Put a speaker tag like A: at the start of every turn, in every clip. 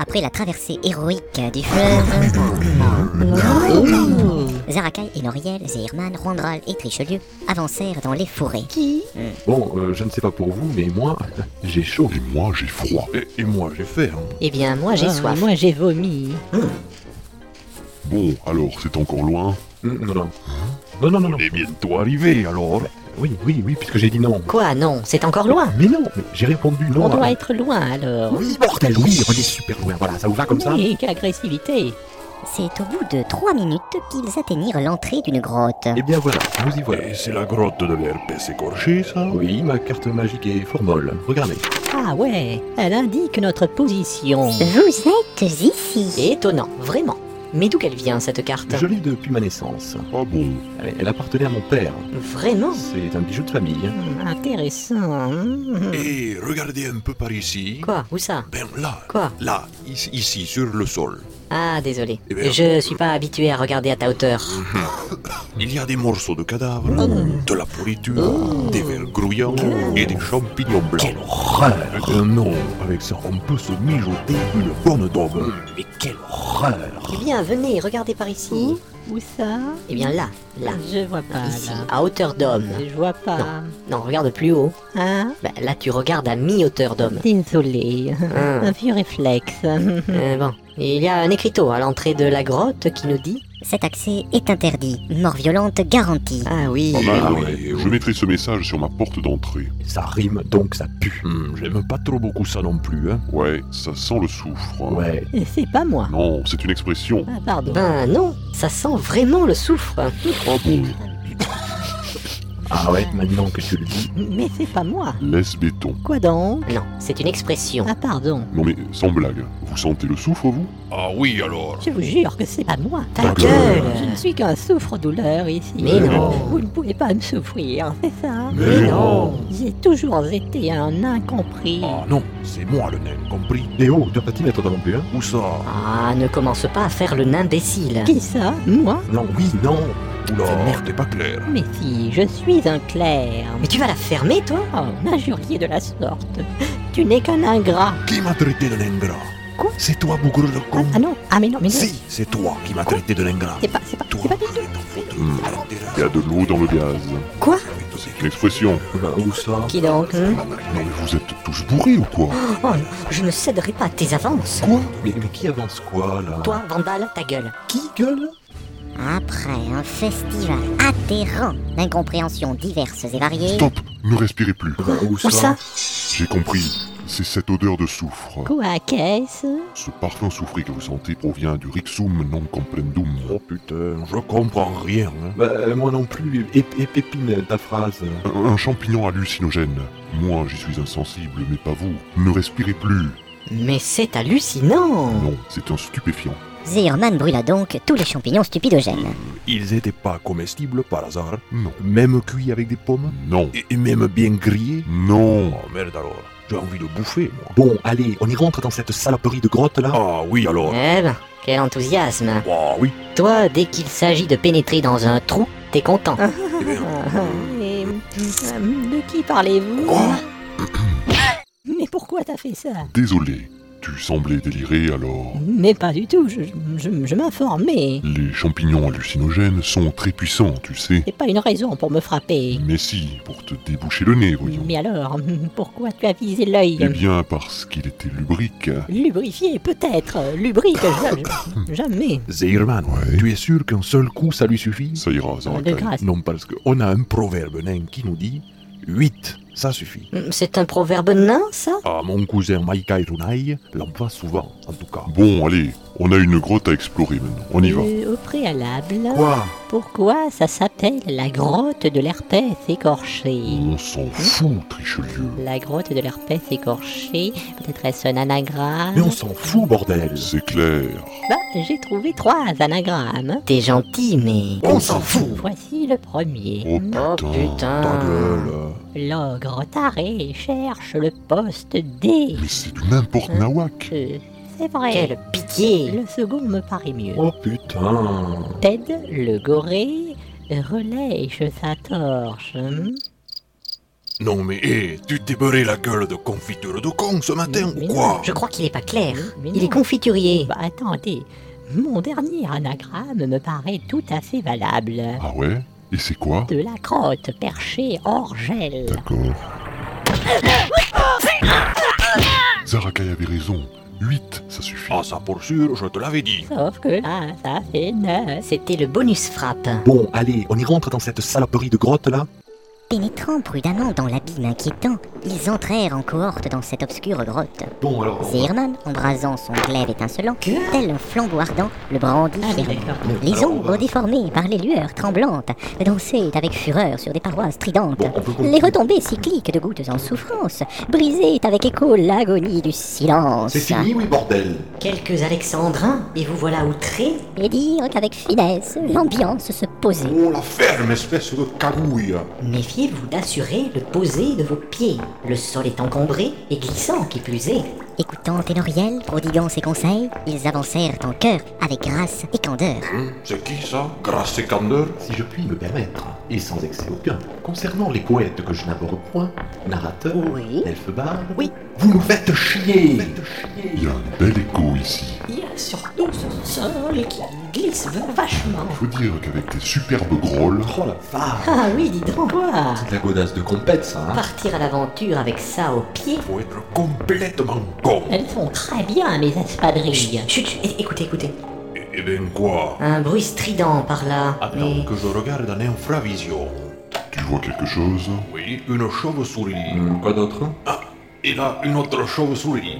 A: après la traversée héroïque du fleuve. Zarakai et Noriel, Zehirman, Rondral et Trichelieu avancèrent dans les forêts.
B: Qui
C: Bon, euh, je ne sais pas pour vous, mais moi, j'ai chaud.
D: Et moi, j'ai froid.
C: Et, et moi, j'ai faim.
D: hein.
E: Eh bien, moi j'ai
B: Ah,
E: soif.
B: Moi j'ai vomi.
D: Bon, alors, c'est encore loin
C: Mm, Non, non. Non, non, non, non.
D: On est bientôt Eh arrivé, alors.
C: Oui, oui, oui, puisque j'ai dit non.
E: Quoi Non, c'est encore loin.
C: Mais non, mais j'ai répondu non.
B: On
C: à-
B: doit être loin alors.
C: Oui, mortel, oui, on est super loin. Voilà, ça vous va comme ça
B: Oui, quelle agressivité.
A: C'est au bout de trois minutes qu'ils atteignirent l'entrée d'une grotte.
C: Eh bien voilà, nous y voilà.
D: Et c'est la grotte de l'herpès écorché, ça
C: Oui, ma carte magique est fort molle. Regardez.
B: Ah ouais, elle indique notre position.
A: Vous êtes ici.
E: Étonnant, vraiment. Mais d'où qu'elle vient cette carte
C: Je l'ai depuis ma naissance.
D: Ah bon
C: Elle, elle appartenait à mon père.
E: Vraiment
C: C'est un bijou de famille.
B: Hmm, Intéressant. Hmm.
D: Et Eh, regardez un peu par ici.
E: Quoi Où ça
D: Ben là.
E: Quoi
D: Là, ici, ici, sur le sol.
E: Ah, désolé.
D: Eh
B: ben,
D: bien,
E: Je suis pas habitué à regarder à ta hauteur.
B: Mm.
D: Il y a des morceaux de cadavres, de la pourriture, Ah. des vers grouillants et des champignons blancs. Quelle horreur Non, avec ça, on peut se mijoter une bonne dôme. Mais quelle horreur
E: Eh bien, venez, regardez par ici.
B: Où ça
E: Eh bien là, là,
B: Je vois pas
E: ici,
B: là.
E: à hauteur d'homme.
B: Je vois pas.
E: Non, regarde plus haut.
B: Hein
E: Bah, là, tu regardes à mi-hauteur d'homme.
B: Désolé.
E: Hein.
B: Un vieux réflexe.
E: Euh, bon, il y a un écriteau à l'entrée de la grotte qui nous dit...
A: Cet accès est interdit. Mort violente garantie.
E: Ah oui,
F: Oh,
D: Eh
F: bah.
C: Ah oui.
D: Je mettrai ce message sur ma porte d'entrée.
C: Ça rime donc ça pue.
D: Hmm, J'aime pas trop beaucoup ça non plus, hein. Ouais, ça sent le soufre.
C: Ouais.
B: C'est pas moi.
D: Non, c'est une expression.
B: Ah pardon.
E: ben non, ça sent vraiment le soufre.
D: Ah
F: Oh,
D: bon
C: Ah ouais, maintenant que tu le dis.
B: Mais c'est pas moi.
D: Laisse béton.
B: Quoi donc
E: Non, c'est une expression.
B: Ah pardon.
D: Non mais, sans blague, vous sentez le soufre, vous Ah oui, alors
B: Je vous jure que c'est pas moi.
E: Ta
D: gueule.
B: Je ne
E: gueule
B: suis qu'un souffre-douleur ici.
E: Mais non.
B: Vous ne pouvez pas me souffrir, c'est ça
D: Mais
E: non. Oh.
B: J'ai toujours été un incompris.
D: Ah non, c'est moi le nain, compris
C: Eh oh, tu vas pas t'y mettre toi non plus, hein
D: Où ça
E: Ah, ne commence pas à faire le nain imbécile.
B: Qui ça Moi
C: Non, oui, non.
D: Oula, merde, t'es pas clair.
B: Mais si, je suis un clerc.
E: Mais tu vas la fermer, toi
B: Oh, m'injurier de la sorte. Tu n'es qu'un ingrat.
D: Qui m'a traité de l'ingrat
B: Quoi
D: C'est toi, bougre
E: Oh.
D: de
B: Ah,
D: con
B: ah non, ah mais non, mais non.
D: Si, c'est toi qui m'as traité de l'ingrat.
B: C'est pas, c'est pas,
D: Toi,
B: c'est pas du tout.
C: Hmm.
D: Il y a de l'eau dans le gaz.
E: Quoi
D: Une expression.
C: Bah, où ça
E: Qui donc hein
D: Non mais vous êtes tous bourrés ou quoi
E: Oh, je ne céderai pas à tes avances.
C: mais, mais qui avance quoi, là
E: Toi, Vandal, ta gueule.
C: qui gueule
A: Après un festival atterrant d'incompréhensions diverses et variées,
D: Stop Ne respirez plus.
C: Bah, où,
E: Où ça
D: J'ai compris. C'est cette odeur de soufre.
B: Quoi, qu'est-ce
D: Ce parfum soufré que vous sentez provient du Rixum non comprendum. Oh putain, je comprends rien.
F: hein.
C: Bah, euh, moi non plus. Et, et Pépine, ta phrase.
D: Un, un champignon hallucinogène. Moi, j'y suis insensible, mais pas vous. Ne respirez plus.
E: Mais c'est hallucinant
D: Non, c'est un stupéfiant.
A: Zeerman brûla donc tous les champignons stupidogènes.
F: Ils étaient pas comestibles par hasard,
D: Non.
F: même cuits avec des pommes,
D: Non.
F: et, et même bien grillés.
D: Non.
F: Oh merde alors, j'ai envie de bouffer moi.
C: Bon, allez, on y rentre dans cette saloperie de grotte, là
F: Ah oui alors,
E: Eh ben, quel enthousiasme
F: ah oui,
E: Toi, dès qu'il s'agit de pénétrer dans un trou, t'es content.
F: eh bien,
E: Ah.
B: Et, euh, De qui parlez-vous Ah. Mais pourquoi t'as fait ça
D: Désolé. Tu semblais délirer alors.
B: Mais pas du tout, je, je, je m'informais.
D: Les champignons hallucinogènes sont très puissants, tu sais.
B: C'est pas une raison pour me frapper.
D: Mais si, pour te déboucher le nez, voyons.
B: Mais alors, pourquoi tu as visé l'œil
D: Eh bien, parce qu'il était lubrique.
B: Lubrifié, peut-être. Lubrique, jamais. jamais.
F: Zeirman,
D: Ouais.
F: tu es sûr qu'un seul coup ça lui suffit
D: Ça ira, ça
B: De
E: Ah,
B: grâce.
F: Non, parce qu'on a un proverbe nain qui nous dit 8, ça suffit.
B: Hum,
E: C'est un proverbe nain, ça
F: Ah, mon cousin Maikai Runai l'emploie souvent, en tout cas.
D: Bon, allez, on a une grotte à explorer maintenant. On y va.
B: Euh, au préalable,
C: Quoi
B: pourquoi ça s'appelle la grotte de l'herpès écorché
D: On s'en fout, Trichelieu.
C: Hum.
B: La grotte de l'herpès écorché, peut-être est-ce un anagramme
C: Mais on s'en fout, bordel
D: C'est clair.
B: Bah, j'ai trouvé trois anagrammes.
E: T'es gentil, mais...
C: On s'en fout
B: Voici le premier.
D: Oh putain.
E: Oh putain
F: Ta gueule. euh.
B: L'ogre taré cherche le poste D.
D: Mais c'est du n'importe nawak.
B: Euh, C'est vrai.
E: Quelle pitié
B: Le second me paraît mieux.
C: Oh putain
B: Ted, le goré, relèche sa torche. Hmm.
C: Non mais hé, tu t'es beurré la gueule de confiture de con ce matin
B: Mais
C: ou quoi
E: Je crois qu'il est pas clair.
B: Mais
E: Il est
B: non.
E: confiturier.
B: Bah attendez, mon dernier anagramme me paraît tout à fait valable.
D: Ah ouais Et c'est quoi
B: De la crotte perchée hors gel.
D: D'accord. Zarakai avait raison. 8, ça suffit.
C: Ah ça pour sûr, je te l'avais dit.
B: Sauf que là, ça fait neuf.
E: C'était le bonus frappe.
G: Bon, allez, on y rentre dans cette saloperie de grotte là
A: Pénétrant prudemment dans l'abîme inquiétant, ils entrèrent en cohorte dans cette obscure grotte.
G: Bon alors.
A: Zirman, embrasant son glaive étincelant, tel un flambeau ardent, le brandit
E: Ah oui,
A: fièrement.
E: d'accord.
A: Les
G: Alors, on
A: ombres
G: va-
A: déformées par les lueurs tremblantes dansaient avec fureur sur des parois stridentes.
G: Bon, on peut continuer.
A: les retombées cycliques de gouttes en souffrance brisaient avec écho l'agonie du silence.
G: C'est fini, oui, bordel
E: Quelques alexandrins, et vous voilà outré
A: Et dire qu'avec finesse, l'ambiance se posait.
C: Oh la ferme espèce de cagouille
E: Méfiez-vous d'assurer le poser de vos pieds. Le sol est encombré et glissant qui plus est.
A: Écoutant Ténoriel, prodiguant ses conseils, ils avancèrent en chœur avec grâce et candeur.
C: Hein, C'est qui ça Grâce et candeur
G: Si je puis me permettre, et sans excès aucun, concernant les poètes que je n'aborde point, narrateurs,
A: Oui.
G: elfebard, oui. vous nous faites chier
D: Ah, Il y a un bel écho ici.
E: Il y a surtout ce sol qui glisse vachement.
D: Faut dire qu'avec tes superbes grolles,
G: Oh la vache
E: Ah oui, dis donc quoi
G: C'est de la godasse de compète ça, hein
E: Partir à l'aventure avec ça aux pieds
C: Faut être complètement con
B: Elles font très bien, mes espadrilles.
E: Chut, chut, é- écoutez, écoutez.
C: Eh eh ben quoi
E: Un bruit strident par là.
G: Ah,
C: Attends
E: Mais
C: que je regarde en infravision.
D: tu vois quelque chose
C: Oui, une chauve-souris.
G: Hmm, Quoi d'autre
C: Ah, et là, une autre chauve-souris.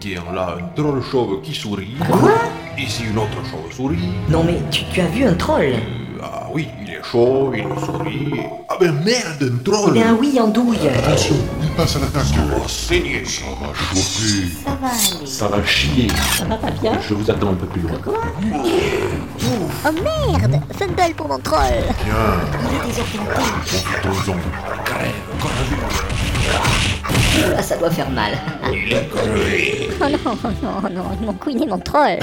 C: Tiens, là, un troll chauve qui sourit.
E: Quoi
C: Ici, une autre chauve-souris.
E: non mais tu, tu as vu un troll
C: Euh, Ah oui, il est chaud, il nous sourit. Ah ben merde, un
B: Eh
C: troll
E: Mais un oui en douille.
D: Attention, il passe à l'attaque.
C: Oh, saigner
D: Ça va chauffer.
E: Ça va aller.
G: Ça va chier
B: Ça va pas bien
G: Je vous attends un peu plus loin.
A: Oh merde Fumble pour mon troll
E: Il a des orphelins.
D: Profitons-en.
E: Ah, ça doit faire mal.
A: Oh non, oh non, oh non, ils m'ont couiné mon troll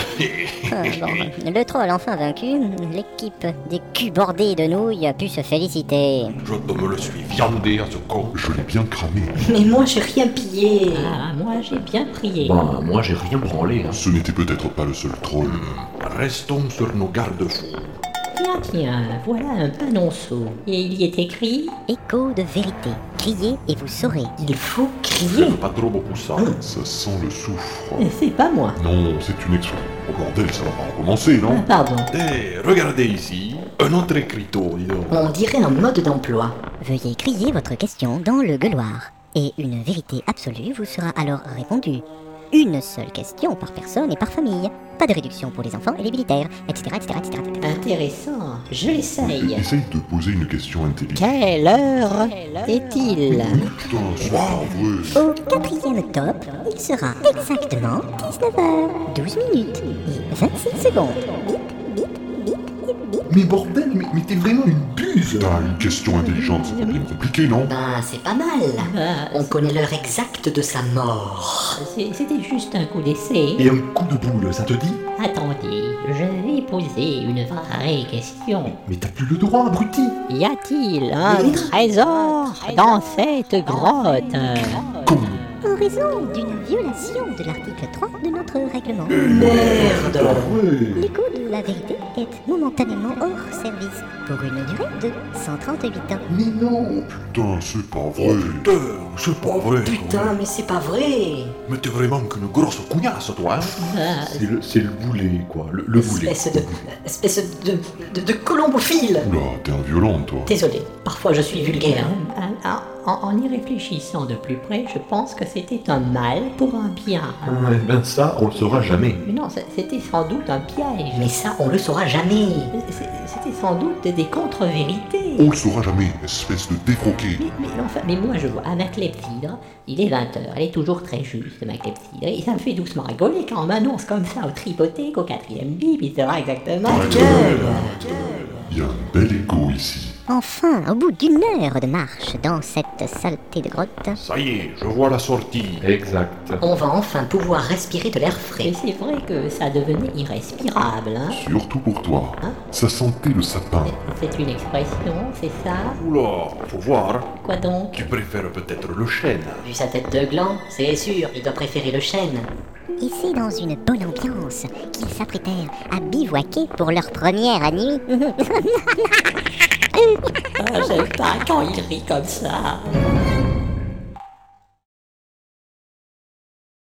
A: Ah, bon, Le troll enfin vaincu, l'équipe des culs bordés de nouilles a pu se féliciter.
C: Je te me le suis viandé à ce con.
D: Je l'ai bien cramé.
E: Mais moi j'ai rien pillé.
B: Ah, moi j'ai bien prié.
G: Bon, moi j'ai rien hein. branlé, hein.
D: Ce n'était peut-être pas le seul troll.
C: Restons sur nos garde-fous.
B: Tiens, tiens, voilà un panonceau. Et il y est écrit
A: Écho de vérité, criez et vous saurez.
E: Il faut crier.
C: C'est pas trop beaucoup ça.
D: Ça sent le soufre.
B: C'est pas moi.
D: Non, c'est une expression. Oh bordel, ça va pas recommencer,
B: Ah,
D: non
B: pardon.
C: Eh, regardez ici, un autre écriteau, dis donc.
B: Ah.
E: On dirait un mode d'emploi.
A: Veuillez crier votre question dans le gueuloir. Et une vérité absolue vous sera alors répondue. Une seule question par personne et par famille. Pas de réduction pour les enfants et les militaires, etc. etc., etc., etc.
B: Intéressant, je
D: Et-
B: l'essaye.
D: Essaye de poser une question intelligente.
B: Quelle heure est-il
D: Oui, putain, c'est pas vrai.
A: Au quatrième top, il sera exactement 19h12 minutes et 26 secondes. Bip, bip, bip, bip.
G: Oh, Mais bordel, mais, mais t'es vraiment une buse Bah.
D: Putain, une question intelligente, c'est pas bien compliqué, non
E: Ben, c'est pas mal.
B: Ah,
E: On connaît l'heure exacte de sa mort.
B: c'est- C'était juste un coup d'essai.
G: Et un coup de boule, ça te dit
B: Attendez, je vais poser une vraie question.
G: Mais t'as plus le droit, abruti
B: Y a-t-il un trésor dans cette grotte
D: Con
A: En raison d'une violation de l'article 3 de notre règlement,
E: Merde
G: Ouais
A: l'écho de la vérité est momentanément hors service pour une durée de 138 ans.
G: Mais non
D: Putain, c'est pas vrai.
C: Putain, c'est pas vrai.
E: Putain, mais c'est pas vrai
C: Mais t'es vraiment qu'une grosse cougnasse, toi, hein
B: Ah,
G: C'est le, c'est le boulet, quoi. Le, le boulet.
E: Espèce de... Espèce de... de, de colombophile
D: Oula, t'es un violent, toi.
E: Désolé, parfois je suis vulgaire.
B: ah, ah, en, en y réfléchissant de plus près, je pense que c'était un mal pour un bien.
G: Ouais, ben ça, on le saura jamais.
B: Mais non, c'est- c'était sans doute un piège.
E: hein, Mais ça, on le saura jamais
B: C'est- C'était sans doute des contre-vérités.
D: On le saura jamais, espèce de défroqué.
B: Mais, mais enfin, mais moi je vois, à ma clepsydre, il est 20h, elle est toujours très juste, ma clepsydre, et ça me fait doucement rigoler quand on m'annonce comme ça au tripoté qu'au quatrième bip, il sera exactement...
E: Gueule
D: Il y a un bel écho ici.
A: Enfin, au bout d'une heure de marche dans cette saleté de grotte,
D: Ça y est, je vois la sortie.
C: Exact.
E: On va enfin pouvoir respirer de l'air frais.
B: Et c'est vrai que ça devenait irrespirable, hein
D: Surtout pour toi. Ça sentait le sapin.
B: C'est une expression, c'est ça
D: Oula, faut voir.
B: Quoi donc
D: Tu préfères peut-être le chêne.
E: Vu sa tête de gland, c'est sûr, il doit préférer le chêne.
A: et c'est dans une bonne ambiance qu'ils s'apprêtèrent à bivouaquer pour leur première nuit.
B: Ah, J'aime pas quand il rit comme ça